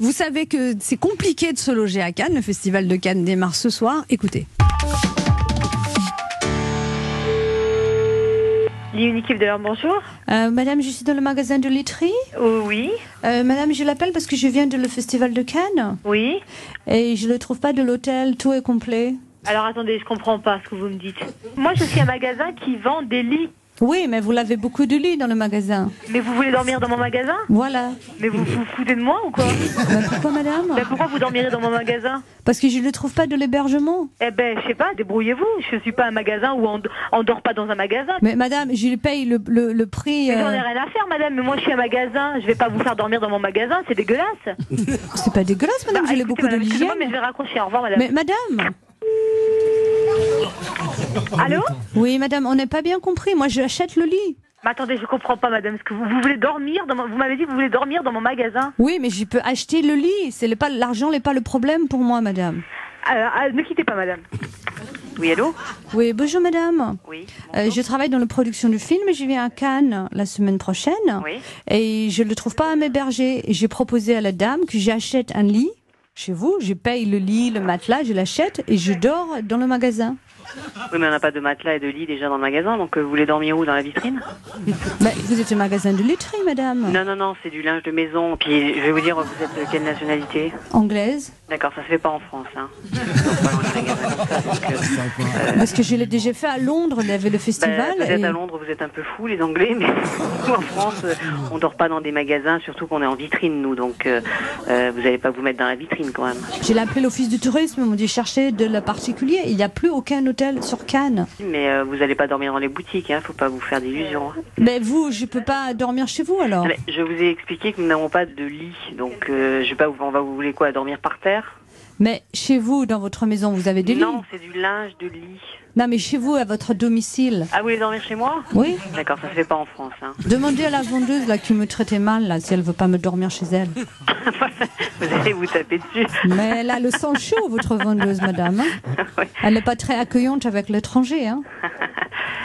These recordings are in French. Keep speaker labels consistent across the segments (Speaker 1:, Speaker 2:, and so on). Speaker 1: Vous savez que c'est compliqué de se loger à Cannes. Le Festival de Cannes démarre ce soir. Écoutez.
Speaker 2: L'Unicube de l'heure, bonjour.
Speaker 3: Euh, madame, je suis dans le magasin de literie.
Speaker 2: Oh, oui,
Speaker 3: Euh, madame, je l'appelle parce que je viens de le festival de Cannes
Speaker 2: oui.
Speaker 3: et je ne le trouve pas de l'hôtel, tout est complet.
Speaker 2: Alors attendez, je comprends pas ce que vous me dites. Moi, je suis un magasin qui vend des lits.
Speaker 3: Oui, mais vous l'avez beaucoup de lits dans le magasin.
Speaker 2: Mais vous voulez dormir dans mon magasin
Speaker 3: Voilà.
Speaker 2: Mais vous vous foutez de moi ou quoi
Speaker 3: Mais pourquoi, madame
Speaker 2: Ben, Pourquoi vous dormirez dans mon magasin
Speaker 3: Parce que je ne le trouve pas de l'hébergement.
Speaker 2: Eh ben, je sais pas, débrouillez-vous. Je suis pas un magasin où on, on dort pas dans un magasin.
Speaker 3: Mais madame, je lui paye le, le- le prix.
Speaker 2: Mais J'en ai
Speaker 3: euh,
Speaker 2: rien à faire, madame, mais moi je suis un magasin, je vais pas vous faire dormir dans mon magasin, c'est dégueulasse. Bah,
Speaker 3: C'est pas dégueulasse, madame, je l'ai
Speaker 2: Écoutez,
Speaker 3: beaucoup de
Speaker 2: madame, excusez-moi, mais je
Speaker 3: l'hygiène.
Speaker 2: vais raccrocher, au revoir, madame.
Speaker 3: Mais madame
Speaker 2: Allô
Speaker 3: Oui, madame, on n'est pas bien compris. Moi, j'achète le lit.
Speaker 2: Mais attendez, je comprends pas, madame, ce que vous, vous voulez dormir dans mon- Vous m'avez dit que vous voulez dormir dans mon magasin.
Speaker 3: Oui, mais je peux acheter le lit. C'est le pas l'argent n'est pas le problème pour moi, madame.
Speaker 2: Euh, ah, ne quittez pas, madame. Oui, allô
Speaker 3: Oui, bonjour, madame.
Speaker 2: Oui.
Speaker 3: Euh, je travaille dans la production du film, je viens à Cannes la semaine prochaine
Speaker 2: Oui.
Speaker 3: et je ne trouve pas à m'héberger. J'ai proposé à la dame que j'achète un lit chez vous, je paye le lit, le matelas, je l'achète et je dors dans le magasin.
Speaker 4: Oui, mais on n'a pas de matelas et de lit déjà dans le magasin, donc euh, vous voulez dormir où Dans la vitrine
Speaker 3: Mais vous êtes un magasin de literie, madame
Speaker 4: Non, non, non, c'est du linge de maison. Puis je vais vous dire, vous êtes de quelle nationalité
Speaker 3: Anglaise
Speaker 4: D'accord, ça se fait pas en France. Hein. Donc, pas dans les magasins comme ça, donc, euh,
Speaker 3: Parce que je l'ai déjà fait à Londres, il y avait le
Speaker 4: bah,
Speaker 3: festival.
Speaker 4: peut-être
Speaker 3: et-
Speaker 4: à Londres, vous êtes un peu fous, les Anglais, mais nous, en France, euh, on dort pas dans des magasins, surtout qu'on est en vitrine, nous. Donc, euh, euh, vous n'allez pas vous mettre dans la vitrine quand même.
Speaker 3: J'ai appelé l'office du tourisme, ils m'ont dit chercher de la particulier. Il n'y a plus aucun hôtel sur Cannes.
Speaker 4: Mais euh, vous n'allez pas dormir dans les boutiques, hein, faut pas vous faire d'illusions. hein.
Speaker 3: Mais vous, je peux pas dormir chez vous alors
Speaker 4: Mais Je vous ai expliqué que nous n'avons pas de lit, donc euh, je sais pas, vous- on va vous voulez quoi, dormir par terre
Speaker 3: Mais chez vous, dans votre maison, vous avez des lits
Speaker 4: Non, c'est du linge de lit.
Speaker 3: Non, mais chez vous, à votre domicile.
Speaker 4: Ah, vous voulez dormir chez moi
Speaker 3: Oui
Speaker 4: D'accord, ça se fait pas en France. Hein.
Speaker 3: Demandez à la vendeuse là qui me traitait mal là si elle veut pas me dormir chez elle.
Speaker 4: vous allez vous taper dessus.
Speaker 3: Mais elle a le sang chaud votre vendeuse madame. hein.
Speaker 4: Ouais.
Speaker 3: Elle n'est pas très accueillante avec l'étranger. Hein.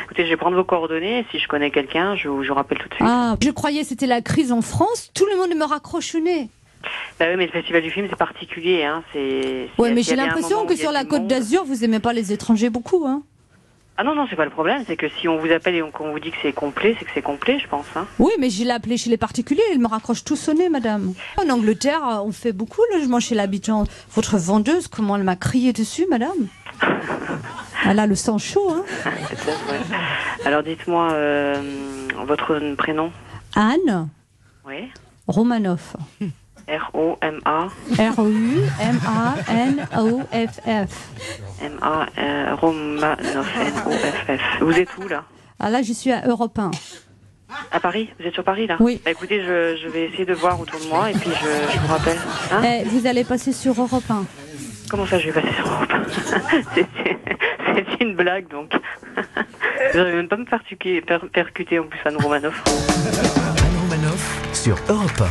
Speaker 4: Écoutez, je vais prendre vos coordonnées. Si je connais quelqu'un, je, vous- je vous rappelle tout de suite.
Speaker 3: Ah, je croyais que c'était la crise en France. Tout le monde me raccroche au nez.
Speaker 4: Bah oui, mais le festival du film, c'est particulier. Hein. C'est. c'est-
Speaker 3: Ouais, mais j'ai
Speaker 4: s'il y a bien un
Speaker 3: l'impression
Speaker 4: moment
Speaker 3: que
Speaker 4: où il y a
Speaker 3: sur la
Speaker 4: du
Speaker 3: Côte
Speaker 4: monde-
Speaker 3: d'Azur vous aimez pas les étrangers beaucoup. Hein.
Speaker 4: Ah non, non, c'est pas le problème. C'est que si on vous appelle et on- qu'on vous dit que c'est complet, c'est que c'est complet, je pense. Hein.
Speaker 3: Oui, mais je l'ai appelé chez les particuliers. Ils me raccrochent tous au nez madame. En Angleterre, on fait beaucoup le logement chez l'habitant. Votre vendeuse, comment elle m'a crié dessus madame Elle a le sang chaud. Hein.
Speaker 4: Peut-être, ouais. Alors dites-moi euh, votre prénom.
Speaker 3: Anne
Speaker 4: Oui.
Speaker 3: Romanoff.
Speaker 4: R O M A
Speaker 3: R-O-U-M-A-N-O-F-F.
Speaker 4: M A euh, Romanov N O F F. Vous êtes où là
Speaker 3: Ah là, je suis à Europe 1.
Speaker 4: À Paris Vous êtes sur Paris là
Speaker 3: Oui.
Speaker 4: Bah écoutez, je, je vais essayer de voir autour de moi et puis je, je vous rappelle. Hein
Speaker 3: Eh, vous allez passer sur Europe 1.
Speaker 4: Comment ça je vais passer sur Europe C'est- c'est- C'est une blague donc. Vous n'allez même pas me faire tuquer- per- percuter en plus Anne Romanoff.
Speaker 5: Anne Romanoff sur Europe 1.